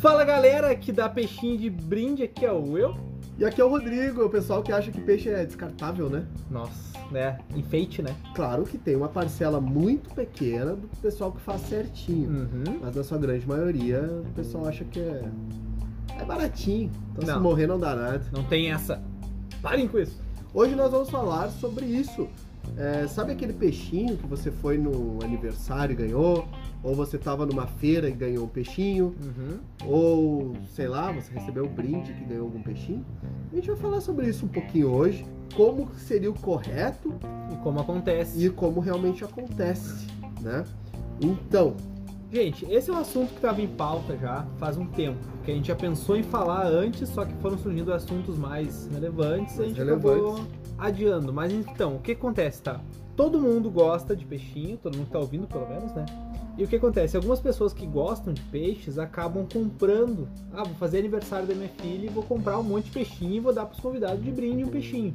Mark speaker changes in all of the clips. Speaker 1: Fala galera que dá peixinho de brinde, aqui é o eu.
Speaker 2: E aqui é o Rodrigo, o pessoal que acha que peixe é descartável, né?
Speaker 1: Nossa, né? Enfeite, né?
Speaker 2: Claro que tem uma parcela muito pequena do pessoal que faz certinho.
Speaker 1: Uhum.
Speaker 2: Mas na sua grande maioria, o pessoal acha que é, é baratinho. Então
Speaker 1: Não.
Speaker 2: se morrer não dá nada.
Speaker 1: Não tem essa. Parem com isso.
Speaker 2: Hoje nós vamos falar sobre isso. É, sabe aquele peixinho que você foi no aniversário e ganhou? Ou você tava numa feira e ganhou um peixinho?
Speaker 1: Uhum.
Speaker 2: Ou, sei lá, você recebeu um brinde que ganhou algum peixinho? A gente vai falar sobre isso um pouquinho hoje. Como seria o correto
Speaker 1: E como acontece.
Speaker 2: e como realmente acontece, né? Então,
Speaker 1: Gente, esse é um assunto que tava em pauta já faz um tempo. Que a gente já pensou em falar antes, só que foram surgindo assuntos mais relevantes. a
Speaker 2: Mais
Speaker 1: gente acabou
Speaker 2: relevantes.
Speaker 1: adiando. Mas então, o que acontece, tá? Todo mundo gosta de peixinho, todo mundo que tá ouvindo pelo menos, né? E o que acontece? Algumas pessoas que gostam de peixes acabam comprando. Ah, vou fazer aniversário da minha filha e vou comprar um monte de peixinho e vou dar pros convidados de brinde um peixinho.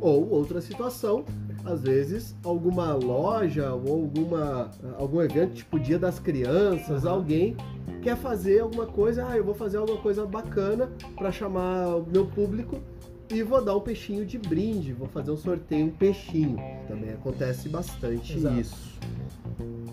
Speaker 2: ou outra situação, às vezes alguma loja ou alguma algum evento tipo Dia das Crianças,
Speaker 1: Aham.
Speaker 2: alguém quer fazer alguma coisa, ah, eu vou fazer alguma coisa bacana para chamar o meu público e vou dar um peixinho de brinde, vou fazer um sorteio um peixinho. Também acontece bastante
Speaker 1: Exato.
Speaker 2: isso.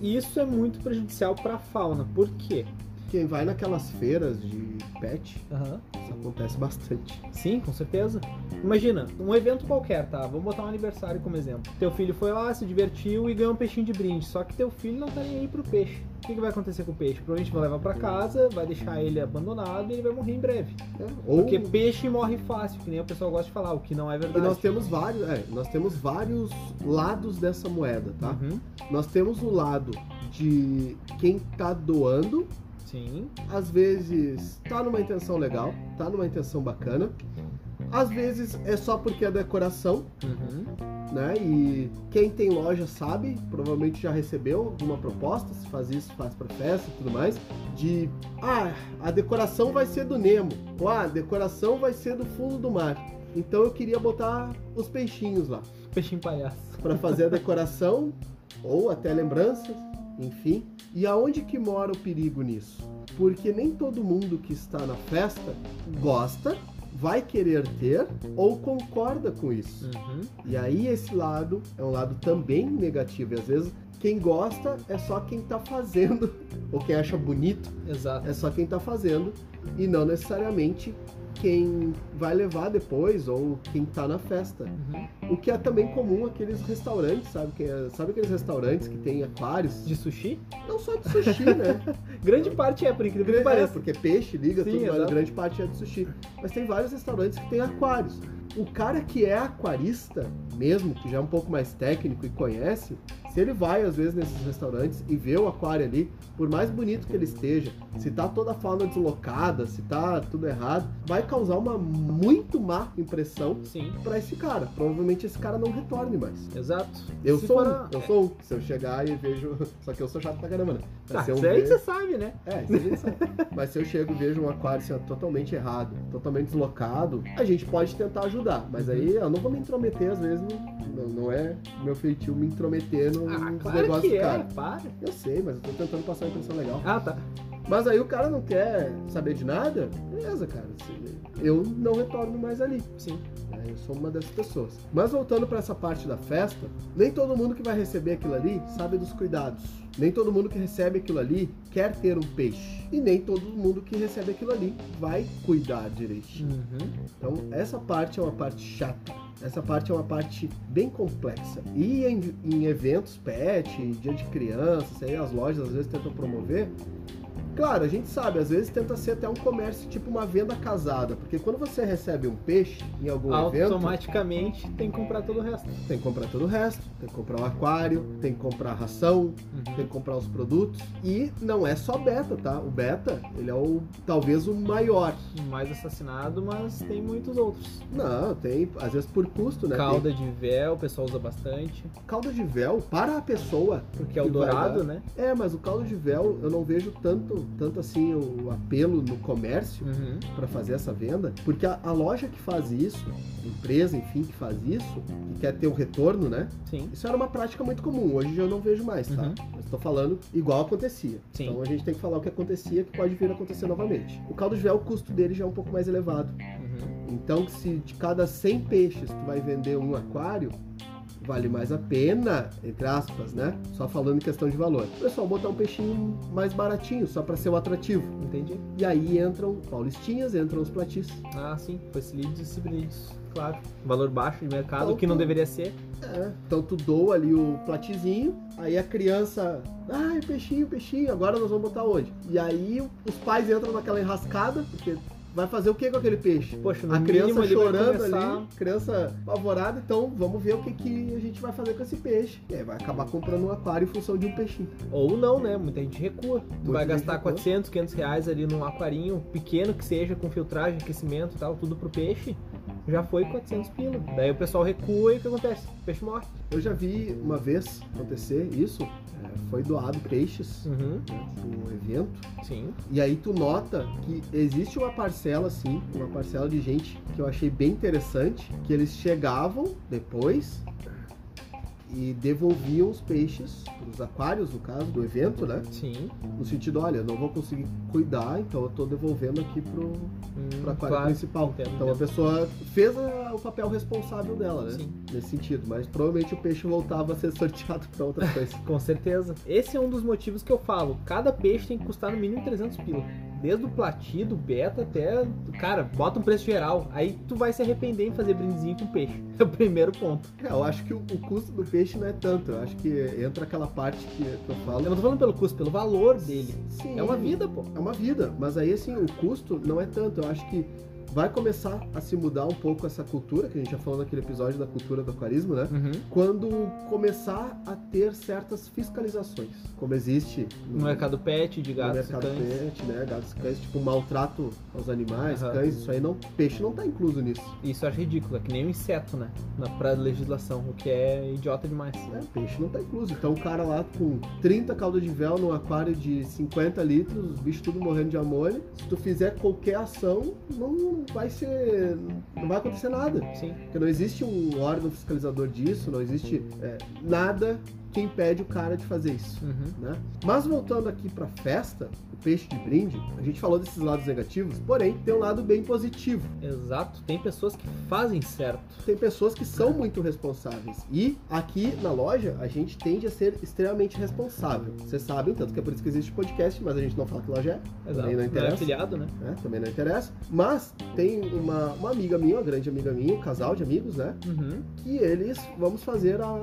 Speaker 1: E isso é muito prejudicial pra fauna. Por quê?
Speaker 2: Quem vai naquelas feiras de pet,
Speaker 1: Aham.
Speaker 2: isso acontece bastante.
Speaker 1: Sim, com certeza. Imagina, um evento qualquer, tá? Vamos botar um aniversário como exemplo. Teu filho foi lá, se divertiu e ganhou um peixinho de brinde. Só que teu filho não tá nem aí pro peixe. O que, que vai acontecer com o peixe? Provavelmente vai levar pra casa, vai deixar ele abandonado e ele vai morrer em breve.
Speaker 2: né? Ou
Speaker 1: Porque peixe morre fácil, que nem o pessoal gosta de falar, o que não é
Speaker 2: E
Speaker 1: verdade.
Speaker 2: nós temos vários, é, nós temos vários lados dessa moeda, tá?
Speaker 1: Uhum.
Speaker 2: Nós temos o lado de quem tá doando,
Speaker 1: Sim.
Speaker 2: às vezes tá numa intenção legal, tá numa intenção bacana. Às vezes é só porque é decoração,
Speaker 1: Uhum.
Speaker 2: né? E quem tem loja sabe, provavelmente já recebeu alguma proposta, se faz isso, faz pra festa e tudo mais, de ah, a decoração vai ser do Nemo, ou ah, a decoração vai ser do fundo do mar. Então eu queria botar os peixinhos lá
Speaker 1: Peixinho palhaço.
Speaker 2: para fazer a decoração ou até lembranças, enfim. E aonde que mora o perigo nisso? Porque nem todo mundo que está na festa gosta, vai querer ter ou concorda com isso.
Speaker 1: Uhum.
Speaker 2: E aí esse lado é um lado também negativo. E às vezes quem gosta é só quem tá fazendo, ou quem acha bonito
Speaker 1: Exato.
Speaker 2: é só quem tá fazendo e não necessariamente quem vai levar depois ou quem tá na festa.
Speaker 1: Uhum.
Speaker 2: O que é também comum aqueles restaurantes, sabe? Que é- sabe aqueles restaurantes que tem aquários?
Speaker 1: De sushi?
Speaker 2: Não só de sushi, né?
Speaker 1: Grande parte é, por incrível que
Speaker 2: é,
Speaker 1: pareça.
Speaker 2: porque peixe, liga,
Speaker 1: Sim,
Speaker 2: tudo, mas
Speaker 1: exato.
Speaker 2: a grande parte é de sushi. Mas tem vários restaurantes que tem aquários. O cara que é aquarista mesmo, que já é um pouco mais técnico e conhece, se ele vai às vezes nesses restaurantes e vê o aquário ali, por mais bonito que ele esteja, se tá toda a fauna deslocada, se tá tudo errado, vai causar uma muito má impressão
Speaker 1: Sim.
Speaker 2: pra esse cara. Provavelmente esse cara não retorne mais.
Speaker 1: Exato.
Speaker 2: Eu
Speaker 1: Se
Speaker 2: sou
Speaker 1: for
Speaker 2: um,
Speaker 1: a-
Speaker 2: eu sou um. Se eu chegar e vejo. Só que eu sou chato pra caramba, né? Mas
Speaker 1: Tá,
Speaker 2: se eu
Speaker 1: isso aí
Speaker 2: ver-
Speaker 1: você sabe, né?
Speaker 2: É, isso a gente sabe. Mas se eu chego e vejo um aquário assim, ó, totalmente errado, totalmente deslocado, a gente pode tentar ajudar. Mas aí eu não vou me intrometer, às vezes, no- não, não é meu feitio me intrometer no,
Speaker 1: Ah,
Speaker 2: nos
Speaker 1: claro
Speaker 2: negócios
Speaker 1: que
Speaker 2: do
Speaker 1: é,
Speaker 2: cara.
Speaker 1: para.
Speaker 2: Eu sei, mas eu tô tentando passar uma impressão legal.
Speaker 1: Ah, tá.
Speaker 2: Mas aí o cara não quer saber de nada, beleza, cara. se- Eu não retorno mais ali.
Speaker 1: Sim.
Speaker 2: É, Eu sou uma dessas pessoas. Mas voltando para essa parte da festa, nem todo mundo que vai receber aquilo ali sabe dos cuidados. Nem todo mundo que recebe aquilo ali quer ter um peixe. E nem todo mundo que recebe aquilo ali vai cuidar direitinho.
Speaker 1: Uhum.
Speaker 2: Então, essa parte é uma parte chata. Essa parte é uma parte bem complexa. E em, em eventos pet, em dia de criança, isso aí as lojas às vezes tentam promover. Claro, a gente sabe, às vezes tenta ser até um comércio tipo uma venda casada, porque quando você recebe um peixe em algum evento,
Speaker 1: Automaticamente tem que comprar todo o resto.
Speaker 2: tem que comprar todo o resto, tem que comprar o aquário, tem que comprar a ração, tem
Speaker 1: Uhum.
Speaker 2: que comprar os produtos. E não é só beta, tá? O beta, ele é o talvez o maior.
Speaker 1: Mais assassinado, mas tem muitos outros.
Speaker 2: Não, tem, às vezes por custo, né?
Speaker 1: Calda de véu, o pessoal usa bastante.
Speaker 2: Tem caldo de véu para a pessoa.
Speaker 1: Porque é o
Speaker 2: Que vai
Speaker 1: dourado, né?
Speaker 2: É, mas o caldo de véu eu não vejo tanto tanto, tanto assim o apelo no comércio
Speaker 1: Uhum.
Speaker 2: para fazer essa venda, porque a, a loja que faz isso, empresa, enfim, que faz isso, que quer ter o retorno, né?
Speaker 1: Sim.
Speaker 2: Isso era uma prática muito comum, hoje eu não vejo mais, tá?
Speaker 1: Uhum.
Speaker 2: Mas tô falando igual acontecia.
Speaker 1: Sim.
Speaker 2: Então a gente tem que falar o que acontecia, que pode vir a acontecer novamente. O caldo de véu, o custo dele já é um pouco mais elevado.
Speaker 1: Uhum.
Speaker 2: Então, se de cada 100 peixes tu vai vender um aquário, vale mais a pena, entre aspas, né? Só falando em questão de valor. Pessoal, botar um peixinho mais baratinho, só para ser o atrativo.
Speaker 1: Entendi.
Speaker 2: E aí entram paulistinhas, entram os platis.
Speaker 1: Ah, sim. Facilities e cibrídeos. Claro. Valor baixo de mercado,
Speaker 2: Então,
Speaker 1: que não
Speaker 2: tu-
Speaker 1: deveria ser.
Speaker 2: É, então tu doa ali o platizinho, aí a criança, ai, peixinho, peixinho, agora nós vamos botar onde? E aí os pais entram naquela enrascada, porque vai fazer o que com aquele peixe?
Speaker 1: Poxa, no
Speaker 2: A criança
Speaker 1: um mínimo, ele vai
Speaker 2: chorando
Speaker 1: começar-
Speaker 2: ali, criança apavorada, então vamos ver o que, que a gente vai fazer com esse peixe. E aí vai acabar comprando um aquário em função de um peixinho.
Speaker 1: Ou não, né? Muita gente recua. Tu
Speaker 2: Muita
Speaker 1: vai
Speaker 2: gente
Speaker 1: gastar
Speaker 2: recua.
Speaker 1: 400, 500 reais ali num aquarinho, pequeno que seja, com filtragem, aquecimento e tal, tudo pro peixe. Já foi 400 pila. Daí o pessoal recua e o que acontece? O peixe morre.
Speaker 2: Eu já vi uma vez acontecer isso, é, foi doado peixes
Speaker 1: Uhum.
Speaker 2: né, pro evento,
Speaker 1: Sim.
Speaker 2: e aí tu nota que existe uma parcela, assim, uma parcela de gente que eu achei bem interessante, que eles chegavam depois e devolviam os peixes, os aquários, no caso, do evento, né?
Speaker 1: Sim.
Speaker 2: No sentido, olha, eu não vou conseguir cuidar, então eu tô devolvendo aqui pro,
Speaker 1: Hum,
Speaker 2: pro aquário principal.
Speaker 1: entendo,
Speaker 2: então a
Speaker 1: entendo.
Speaker 2: pessoa fez a- o papel responsável dela, né?
Speaker 1: Sim,
Speaker 2: Nesse sentido, mas provavelmente o peixe voltava a ser sorteado pra outra coisa.
Speaker 1: com certeza. Esse é um dos motivos que eu falo. Cada peixe tem que custar no mínimo 300 pila. Desde o platí, do beta até. Cara, bota um preço geral. Aí tu vai se arrepender em fazer brindezinho com peixe. É o primeiro ponto.
Speaker 2: é, eu acho que o, o custo do peixe não é tanto. Eu acho que entra aquela parte que eu
Speaker 1: Eu
Speaker 2: falo.
Speaker 1: não tô falando pelo custo, pelo valor É dele.
Speaker 2: Sim,
Speaker 1: É uma vida, pô.
Speaker 2: É uma vida, mas aí assim, o custo não é tanto. Eu acho que vai começar a se mudar um pouco essa cultura, que a gente já falou naquele episódio da cultura do aquarismo, né?
Speaker 1: Uhum.
Speaker 2: quando começar a ter certas fiscalizações, como existe
Speaker 1: No mercado pet de
Speaker 2: no
Speaker 1: gatos e
Speaker 2: mercado
Speaker 1: cães.
Speaker 2: pet, né? Gatos e cães, tipo maltrato aos animais,
Speaker 1: Aham.
Speaker 2: cães, isso aí não, peixe não tá incluso nisso.
Speaker 1: Isso eu acho ridículo, é que nem um inseto, né? Na pra legislação, o que é idiota demais.
Speaker 2: né? Peixe não tá incluso. Então o cara lá com 30 caldas de véu num aquário de 50 litros, os bichos tudo morrendo de amônia. Se tu fizer qualquer ação, não vai ser. não vai acontecer nada.
Speaker 1: Sim,
Speaker 2: Porque não existe um órgão fiscalizador disso, não existe é, nada que impede o cara de fazer isso.
Speaker 1: uhum.
Speaker 2: né? Mas voltando aqui para festa, o peixe de brinde, a gente falou desses lados negativos, porém tem um lado bem positivo.
Speaker 1: exato. Tem pessoas que fazem certo.
Speaker 2: Tem pessoas que são muito responsáveis e aqui na loja a gente tende a ser extremamente responsável. Vocês sabem, tanto que é por isso que existe podcast, mas a gente não fala que loja é,
Speaker 1: Exato.
Speaker 2: Também não
Speaker 1: Não é
Speaker 2: interessa.
Speaker 1: afiliado, né?
Speaker 2: né? também não interessa. Mas tem uma, uma amiga minha, uma grande amiga minha, um casal de amigos, né?
Speaker 1: Uhum.
Speaker 2: que eles vamos fazer a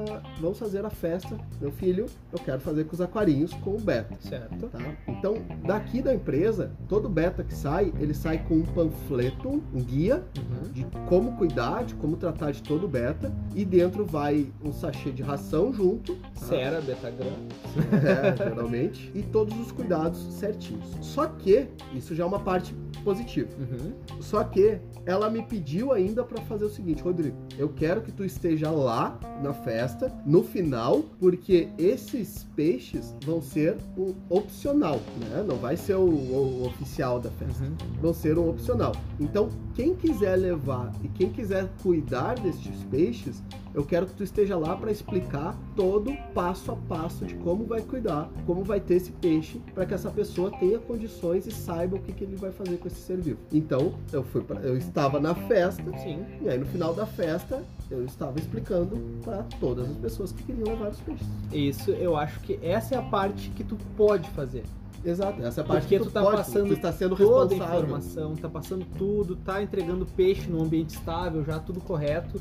Speaker 2: vamos fazer a festa. Meu filho, eu quero fazer com os aquarinhos com o Beto.
Speaker 1: Certo.
Speaker 2: tá? Então, daqui da empresa, todo beta que sai, ele sai com um panfleto, um guia
Speaker 1: Uhum.
Speaker 2: de como cuidar, de como tratar de todo beta, e dentro vai um sachê de ração junto, tá?
Speaker 1: Uhum. Cera, Betagram.
Speaker 2: É, geralmente, e todos os cuidados certinhos. Só que isso já é uma parte positiva.
Speaker 1: Uhum.
Speaker 2: Só que ela me pediu ainda pra fazer o seguinte, Rodrigo, eu quero que tu esteja lá na festa no final, porque esses peixes vão ser o opcional, né? Não vai ser o, o oficial da festa,
Speaker 1: Uhum.
Speaker 2: vão ser um opcional. Então, quem quiser levar e quem quiser cuidar destes peixes, eu quero que tu esteja lá pra explicar todo o passo a passo de como vai cuidar, como vai ter esse peixe, pra que essa pessoa tenha condições e saiba o que, que ele vai fazer com esse ser vivo. Então, eu fui pra, eu estava na festa
Speaker 1: Sim.
Speaker 2: e aí no final da festa eu estava explicando pra todas as pessoas que queriam levar os peixes.
Speaker 1: Isso eu acho que essa é a parte que tu pode fazer.
Speaker 2: Exato, essa é a
Speaker 1: Porque
Speaker 2: parte que
Speaker 1: tu tá
Speaker 2: pode,
Speaker 1: passando
Speaker 2: tu está sendo
Speaker 1: toda a
Speaker 2: responsável.
Speaker 1: informação, tá passando tudo, tá entregando peixe no ambiente estável, já tudo correto.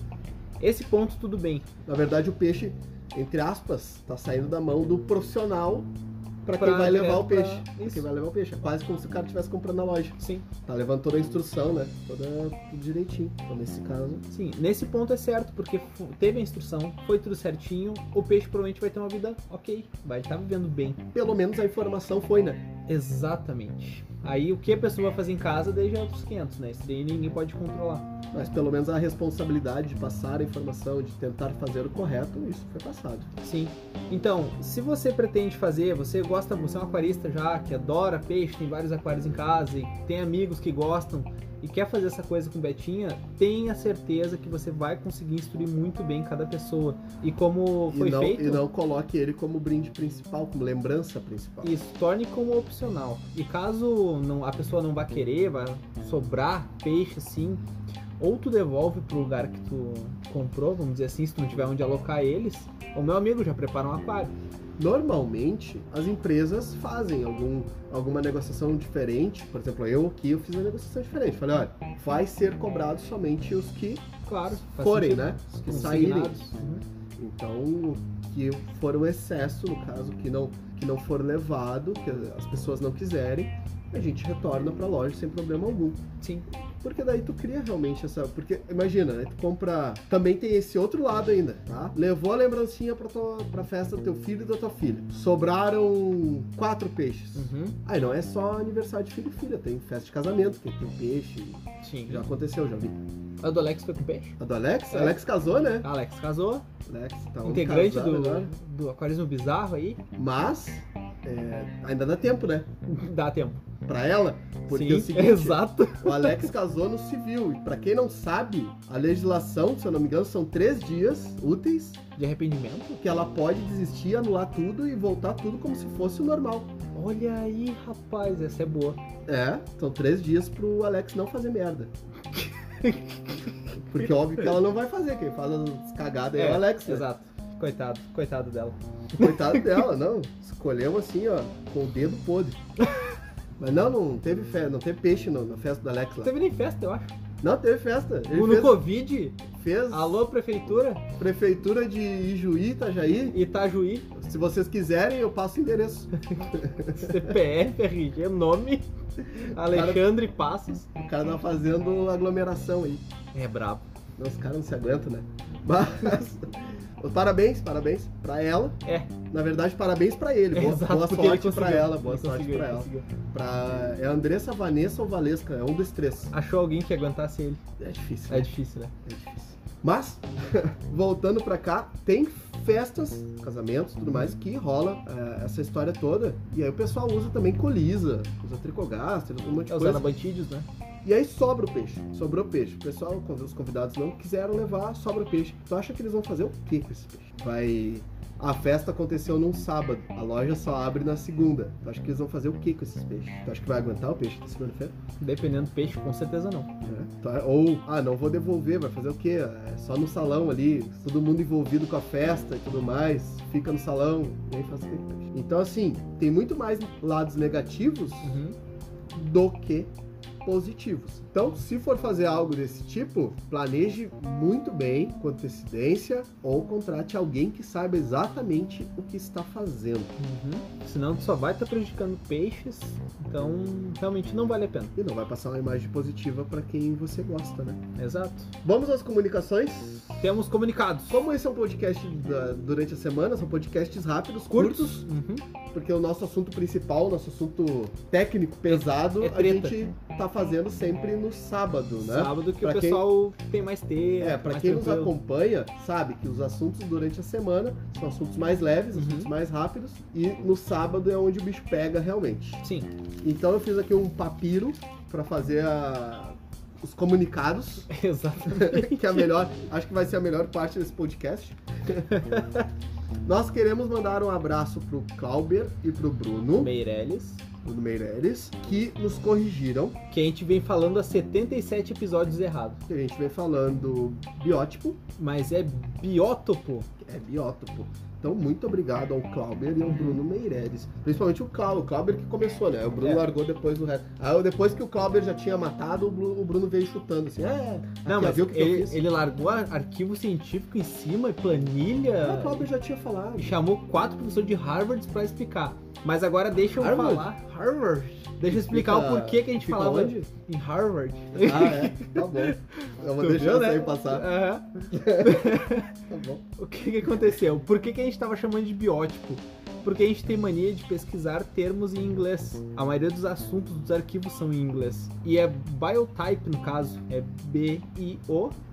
Speaker 1: Esse ponto tudo bem.
Speaker 2: Na verdade, o peixe, entre aspas, tá saindo da mão do profissional para
Speaker 1: Pra
Speaker 2: quem vai levar
Speaker 1: direto
Speaker 2: o peixe.
Speaker 1: pra-
Speaker 2: Pra
Speaker 1: Isso.
Speaker 2: Quem vai levar o peixe. É quase como se o cara estivesse comprando na loja.
Speaker 1: Sim,
Speaker 2: Tá levando toda a instrução, né? Toda tudo direitinho. Então, nesse caso,
Speaker 1: sim. Nesse ponto é certo, porque fu- teve a instrução, foi tudo certinho, o peixe provavelmente vai ter uma vida ok, vai estar tá vivendo bem.
Speaker 2: pelo menos a informação foi, né?
Speaker 1: Exatamente. Aí o que a pessoa vai fazer em casa, daí já é outros 500, né? Isso daí ninguém pode controlar.
Speaker 2: Mas pelo menos a responsabilidade de passar a informação, de tentar fazer o correto, isso foi passado.
Speaker 1: Sim. Então, se você pretende fazer, você gosta, você é um aquarista já, que adora peixe, tem vários aquários em casa e tem amigos que gostam e quer fazer essa coisa com Betinha, tenha certeza que você vai conseguir instruir muito bem cada pessoa. E como foi
Speaker 2: e, não,
Speaker 1: feito...
Speaker 2: e não coloque ele como brinde principal, como lembrança principal.
Speaker 1: Isso, torne como opcional. E caso não, a pessoa não vá querer, vai sobrar peixe assim, ou tu devolve pro lugar que tu comprou, vamos dizer assim, se tu não tiver onde alocar eles, o meu amigo já prepara um aquário.
Speaker 2: Normalmente, as empresas fazem algum, alguma negociação diferente. Por exemplo, eu aqui eu fiz uma negociação diferente. Falei, olha, vai ser cobrado somente os que
Speaker 1: Claro, faz
Speaker 2: forem,
Speaker 1: sentido.
Speaker 2: né? Os que
Speaker 1: Os
Speaker 2: saírem.
Speaker 1: consignados. Uhum.
Speaker 2: Então, o que for o excesso, no caso, que não, que não for levado, que as pessoas não quiserem, a gente retorna para a loja sem problema algum.
Speaker 1: Sim.
Speaker 2: Porque daí tu cria realmente essa. Porque imagina, né, tu compra. Também tem esse outro lado ainda, tá? Levou a lembrancinha pra, tua, pra festa do teu filho e da tua filha. Sobraram quatro peixes.
Speaker 1: Uhum.
Speaker 2: Aí não é só aniversário de filho e filha, tem festa de casamento, tem, tem peixe.
Speaker 1: Sim.
Speaker 2: Já aconteceu, já vi.
Speaker 1: A do Alex foi com peixe?
Speaker 2: A do Alex?
Speaker 1: É.
Speaker 2: Alex casou, né?
Speaker 1: Alex casou,
Speaker 2: Alex tá um
Speaker 1: integrante
Speaker 2: casado
Speaker 1: do,
Speaker 2: agora.
Speaker 1: do Aquarismo Bizarro aí,
Speaker 2: Mas é, ainda dá tempo, né?
Speaker 1: dá tempo.
Speaker 2: Pra ela. Porque
Speaker 1: Sim,
Speaker 2: é o seguinte,
Speaker 1: exato.
Speaker 2: O Alex casou no civil. E pra quem não sabe, a legislação, se eu não me engano, são três dias úteis
Speaker 1: De arrependimento?
Speaker 2: que ela pode desistir, anular tudo e voltar tudo como se fosse o normal.
Speaker 1: Olha aí, rapaz, essa é boa.
Speaker 2: É, são três dias pro Alex não fazer merda. Porque é óbvio que ela não vai fazer, quem faz as cagadas é,
Speaker 1: É,
Speaker 2: o Alex. né?
Speaker 1: Exato. Coitado, coitado dela.
Speaker 2: Coitado dela, não. Escolheu assim, ó, com o dedo podre. Mas não, não teve festa, não teve peixe no- na festa do Alex
Speaker 1: Não
Speaker 2: lá.
Speaker 1: teve nem festa, eu acho.
Speaker 2: Não teve festa. Ele
Speaker 1: no
Speaker 2: fez,
Speaker 1: Covid,
Speaker 2: fez
Speaker 1: alô, prefeitura,
Speaker 2: prefeitura de Ijuí, Itajaí.
Speaker 1: Itajuí,
Speaker 2: Se vocês quiserem, eu passo o endereço.
Speaker 1: CPF, RG, nome, Alexandre Passos.
Speaker 2: O cara tá fazendo aglomeração aí.
Speaker 1: É brabo.
Speaker 2: Não, Os caras não se aguentam, né? Mas. os Parabéns, parabéns pra ela.
Speaker 1: É.
Speaker 2: Na verdade, parabéns pra ele. Boa,
Speaker 1: Exato,
Speaker 2: boa
Speaker 1: porque
Speaker 2: sorte
Speaker 1: ele
Speaker 2: pra
Speaker 1: conseguiu.
Speaker 2: ela. Boa
Speaker 1: Ele
Speaker 2: sorte
Speaker 1: conseguiu,
Speaker 2: pra
Speaker 1: ele
Speaker 2: ela.
Speaker 1: conseguiu.
Speaker 2: Pra... É Andressa, Vanessa ou Valesca? É um dos três.
Speaker 1: Achou alguém que aguentasse ele.
Speaker 2: É difícil.
Speaker 1: É
Speaker 2: né?
Speaker 1: difícil, né?
Speaker 2: É difícil. Mas, voltando pra cá, tem festas, casamentos tudo mais, que rola eh, essa história toda. E aí o pessoal usa também colisa, usa tricogaster, usa um monte de
Speaker 1: É os
Speaker 2: coisa.
Speaker 1: anabantídeos, né?
Speaker 2: E aí sobra o peixe. Sobrou peixe. O pessoal, quando os convidados não quiseram levar, sobra o peixe. Tu acha que eles vão fazer o que com esse peixe? Vai. A festa aconteceu num sábado, a loja só abre na segunda. Tu acha que eles vão fazer o que com esses peixes? Tu acha que vai aguentar o peixe na segunda-feira?
Speaker 1: Dependendo do peixe, com certeza não.
Speaker 2: É. Tu- Ou, ah, não vou devolver, vai fazer o quê? É só no salão ali, todo mundo envolvido com a festa e tudo mais, fica no salão, nem faz o que com o peixe. Então, assim, tem muito mais lados negativos
Speaker 1: Uhum.
Speaker 2: do que positivos. Então, se for fazer algo desse tipo, planeje muito bem, com antecedência, ou contrate alguém que saiba exatamente o que está fazendo.
Speaker 1: Uhum. Senão tu só vai estar prejudicando peixes, então realmente não vale a pena.
Speaker 2: E não vai passar uma imagem positiva para quem você gosta, né?
Speaker 1: Exato.
Speaker 2: Vamos às comunicações.
Speaker 1: Temos comunicados.
Speaker 2: Como esse é um podcast da- durante a semana, são podcasts rápidos, curtos,
Speaker 1: Curtos. Uhum.
Speaker 2: porque o nosso assunto principal, nosso assunto técnico pesado,
Speaker 1: É
Speaker 2: a
Speaker 1: treta.
Speaker 2: gente tá fazendo sempre no sábado, né?
Speaker 1: Sábado que
Speaker 2: Pra
Speaker 1: o
Speaker 2: quem-
Speaker 1: pessoal tem mais tempo.
Speaker 2: É, pra
Speaker 1: mais
Speaker 2: quem nos
Speaker 1: tranquilo.
Speaker 2: acompanha, sabe que os assuntos durante a semana são assuntos mais leves,
Speaker 1: Uhum.
Speaker 2: assuntos mais rápidos, e no sábado é onde o bicho pega realmente.
Speaker 1: Sim.
Speaker 2: Então eu fiz aqui um papiro pra fazer a- os comunicados,
Speaker 1: Exatamente.
Speaker 2: que é a melhor, acho que vai ser a melhor parte desse podcast. Nós queremos mandar um abraço pro Clauber e pro Bruno,
Speaker 1: Meirelles,
Speaker 2: Bruno Meireles, que nos corrigiram,
Speaker 1: que a gente vem falando há 77 episódios errado.
Speaker 2: que a gente vem falando biótipo,
Speaker 1: Mas é biótopo.
Speaker 2: é biótopo. Então, muito obrigado ao Clauber e ao Bruno Meireles. Principalmente o Clau, o Clauber que começou, né? O Bruno
Speaker 1: É.
Speaker 2: largou depois do resto. Aí, depois que o Clauber já tinha matado, o Bru- o Bruno veio chutando assim. É,
Speaker 1: Não,
Speaker 2: aqui, ó,
Speaker 1: mas
Speaker 2: viu o que eu fiz?
Speaker 1: ele, ele largou ar- arquivo científico em cima, planilha.
Speaker 2: Ah, o Clauber já tinha falado.
Speaker 1: e chamou quatro professores de Harvard pra explicar. Mas agora deixa eu
Speaker 2: Harvard?
Speaker 1: falar. Harvard. Deixa eu explicar
Speaker 2: Fica-
Speaker 1: o porquê que a gente
Speaker 2: fica
Speaker 1: falava
Speaker 2: onde?
Speaker 1: em Harvard.
Speaker 2: Ah, é. Tá bom. Eu vou
Speaker 1: Tu
Speaker 2: deixar
Speaker 1: viu,
Speaker 2: isso aí
Speaker 1: né?
Speaker 2: passar.
Speaker 1: Aham.
Speaker 2: Tá bom.
Speaker 1: O que, que aconteceu? Por que, que a gente estava chamando de biótipo? porque a gente tem mania de pesquisar termos em inglês. A maioria dos assuntos dos arquivos são em inglês. E é biotype no caso, é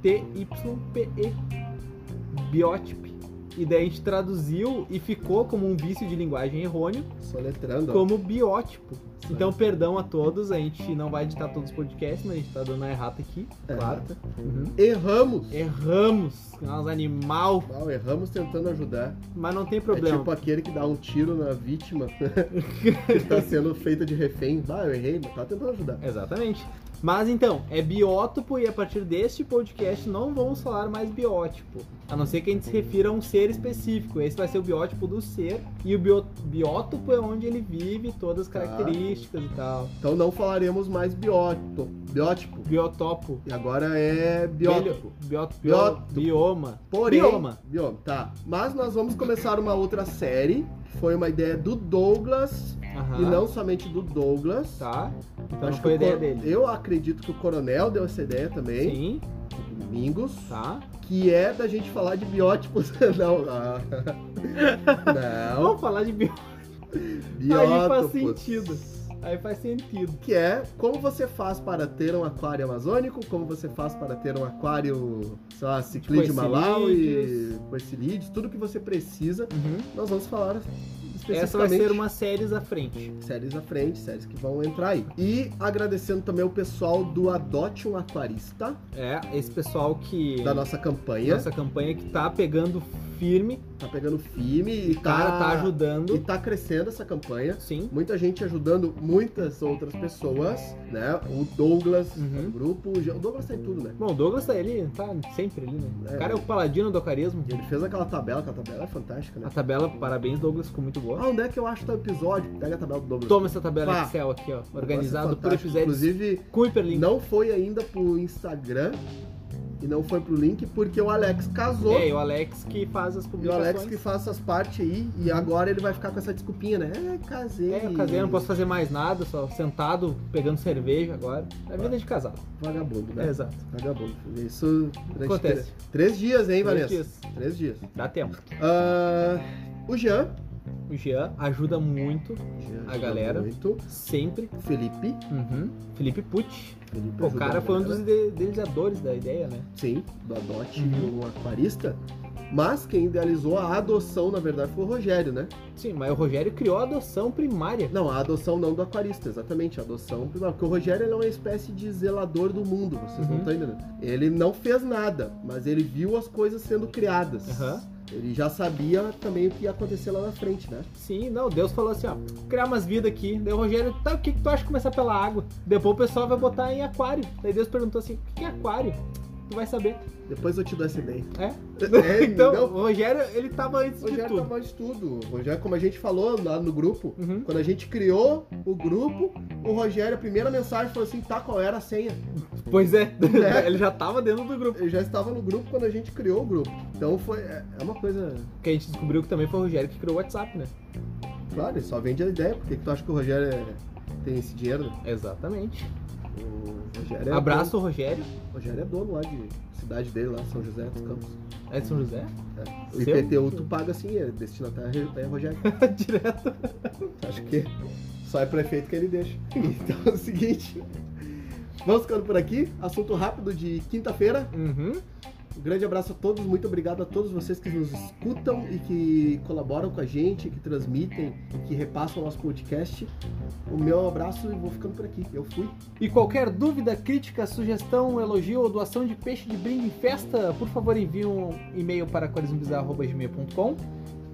Speaker 1: B-I-O-T-Y-P-E. Biotype. E daí a gente traduziu e ficou como um vício de linguagem errôneo
Speaker 2: Soletrando. ó.
Speaker 1: como biótipo. Então, perdão a todos, a gente não vai editar todos os podcasts, mas a gente tá dando a errata aqui,
Speaker 2: É.
Speaker 1: claro. Uhum.
Speaker 2: Erramos.
Speaker 1: Erramos, nós animal,
Speaker 2: Mal, erramos tentando ajudar.
Speaker 1: mas não tem
Speaker 2: É
Speaker 1: problema.
Speaker 2: tipo aquele que dá um tiro na vítima que tá sendo feita de refém. Ah, eu errei, mas tá tentando ajudar.
Speaker 1: Exatamente. Mas então, é biótopo e a partir deste podcast não vamos falar mais biótipo. A não ser que a gente se refira a um ser específico. Esse vai ser o biótipo do ser e o bio- biótopo é onde ele vive, todas as
Speaker 2: Tá.
Speaker 1: características e tal.
Speaker 2: Então não falaremos mais biótipo. Biótipo.
Speaker 1: Biotopo.
Speaker 2: E agora é biótipo.
Speaker 1: Bio- Biótopo.
Speaker 2: Biótopo.
Speaker 1: Bioma.
Speaker 2: Porém,
Speaker 1: Bioma.
Speaker 2: bioma, tá. Mas nós vamos começar uma outra série, que foi uma ideia do Douglas,
Speaker 1: Aham.
Speaker 2: e não somente do Douglas.
Speaker 1: Tá. Então
Speaker 2: Acho
Speaker 1: não foi
Speaker 2: que o
Speaker 1: ideia
Speaker 2: cor-
Speaker 1: dele.
Speaker 2: Eu acredito que o Coronel deu essa ideia também,
Speaker 1: Sim,
Speaker 2: Domingos,
Speaker 1: tá.
Speaker 2: que é da gente falar de biótipos. não, ah. não.
Speaker 1: Vamos falar de bio... Aí faz
Speaker 2: biótipos.
Speaker 1: sentido. Aí faz sentido.
Speaker 2: Que é como você faz para ter um aquário amazônico, como você faz para ter um aquário, sei lá, ciclídeo malaui,
Speaker 1: coicilídeos.
Speaker 2: coicilídeos, tudo que você precisa.
Speaker 1: Uhum.
Speaker 2: Nós vamos falar
Speaker 1: Essa vai
Speaker 2: especificamente
Speaker 1: ser uma séries à frente.
Speaker 2: séries à frente, séries que vão entrar aí. E agradecendo também o pessoal do Adote um Aquarista,
Speaker 1: É, esse pessoal que.
Speaker 2: da nossa campanha.
Speaker 1: Nossa campanha que tá pegando firme,
Speaker 2: Tá pegando firme e tá,
Speaker 1: tá, tá
Speaker 2: e
Speaker 1: ajudando.
Speaker 2: tá crescendo essa campanha.
Speaker 1: Sim.
Speaker 2: Muita gente ajudando muitas outras pessoas, né? O Douglas,
Speaker 1: Uhum.
Speaker 2: do grupo. O Douglas tem tudo, né?
Speaker 1: Bom, o Douglas tá ele tá sempre ali, né? O cara é o paladino do carisma.
Speaker 2: E Ele fez aquela tabela, aquela tabela é fantástica, né?
Speaker 1: A tabela, parabéns, Douglas, ficou muito Ah, boa.
Speaker 2: Ah, onde é que eu acho tal episódio? Pega a tabela do Douglas.
Speaker 1: Toma essa tabela
Speaker 2: Pá.
Speaker 1: Excel aqui, ó.
Speaker 2: Nossa,
Speaker 1: Organizado por
Speaker 2: fantástico.
Speaker 1: episódios
Speaker 2: Inclusive,
Speaker 1: com hiperlink.
Speaker 2: não foi ainda pro Instagram e não foi pro link porque o Alex casou.
Speaker 1: É, e o Alex que faz as
Speaker 2: E o
Speaker 1: publicações.
Speaker 2: Alex que faz essas partes aí, e agora ele vai ficar com essa desculpinha, né? É, casei.
Speaker 1: Uhum. É, eu casei, não posso fazer mais nada, só sentado, pegando cerveja agora. É vida de casal.
Speaker 2: Vagabundo,
Speaker 1: É,
Speaker 2: né?
Speaker 1: exato.
Speaker 2: Vagabundo. Isso durante
Speaker 1: Acontece.
Speaker 2: Três, três dias, hein,
Speaker 1: Três
Speaker 2: Vanessa?
Speaker 1: dias.
Speaker 2: Três dias.
Speaker 1: Dá tempo.
Speaker 2: Ah, o Jean.
Speaker 1: O Jean ajuda muito,
Speaker 2: Jean
Speaker 1: A
Speaker 2: ajuda
Speaker 1: galera.
Speaker 2: Muito.
Speaker 1: sempre.
Speaker 2: Felipe.
Speaker 1: Uhum. Felipe Pucci.
Speaker 2: Felipe
Speaker 1: Pô, O
Speaker 2: ajuda a
Speaker 1: cara foi um
Speaker 2: galera.
Speaker 1: dos ide- idealizadores da ideia, né?
Speaker 2: Sim, do adote
Speaker 1: Uhum.
Speaker 2: um aquarista. Mas quem idealizou a adoção, na verdade, foi o Rogério, né?
Speaker 1: Sim, mas o Rogério criou a adoção primária.
Speaker 2: Não, a adoção não do aquarista, exatamente. A adoção primária. Porque o Rogério ele é uma espécie de zelador do mundo, vocês não
Speaker 1: Uhum.
Speaker 2: estão entendendo. Ele não fez nada, mas ele viu as coisas sendo criadas.
Speaker 1: Aham.
Speaker 2: Ele já sabia também o que ia acontecer lá na frente, né?
Speaker 1: Sim, não, Deus falou assim, ó, criar umas vidas aqui. Daí o Rogério, tá, o que, que tu acha de começar pela água? Depois o pessoal vai botar em aquário. Daí Deus perguntou assim, o que que é aquário? Tu vai saber.
Speaker 2: Depois eu te dou essa ideia.
Speaker 1: É?
Speaker 2: É,
Speaker 1: então,
Speaker 2: não.
Speaker 1: o Rogério, ele tava antes
Speaker 2: O
Speaker 1: de
Speaker 2: Rogério
Speaker 1: tudo.
Speaker 2: acabou de tudo. O Rogério, como a gente falou lá no grupo,
Speaker 1: Uhum.
Speaker 2: quando a gente criou o grupo, o Rogério, a primeira mensagem foi assim: tá, qual era a senha?
Speaker 1: Pois é,
Speaker 2: Né?
Speaker 1: ele já tava dentro do grupo.
Speaker 2: Eu já estava no grupo quando a gente criou o grupo. Então foi. É é uma coisa.
Speaker 1: Que a gente descobriu que também foi o Rogério que criou o WhatsApp, né?
Speaker 2: Claro, ele só vende a ideia. Por que que tu acha que o Rogério é- tem esse dinheiro? né?
Speaker 1: Exatamente.
Speaker 2: O Rogério é
Speaker 1: Abraço o Rogério.
Speaker 2: dono- o Rogério é dono lá de cidade dele, lá, São José dos Campos.
Speaker 1: É de São José?
Speaker 2: É. O
Speaker 1: Seu?
Speaker 2: IPTU tu paga assim, é destinatário é Rogério.
Speaker 1: Direto.
Speaker 2: Acho que só é prefeito que ele deixa. Então é o seguinte. Vamos ficando por aqui. Assunto rápido de quinta-feira.
Speaker 1: Uhum.
Speaker 2: Um grande abraço a todos, muito obrigado a todos vocês que nos escutam e que colaboram com a gente, que transmitem, que repassam o nosso podcast. O meu abraço e vou ficando por aqui. Eu fui.
Speaker 1: E qualquer dúvida, crítica, sugestão, elogio ou doação de peixe de brinde em festa, por favor envie um e-mail para aquarismobizarro.gmail.com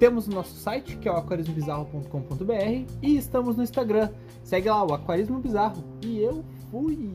Speaker 1: Temos o nosso site, que é o aquarismobizarro.com.br E estamos no Instagram. Segue lá, o Aquarismo Bizarro. E eu fui!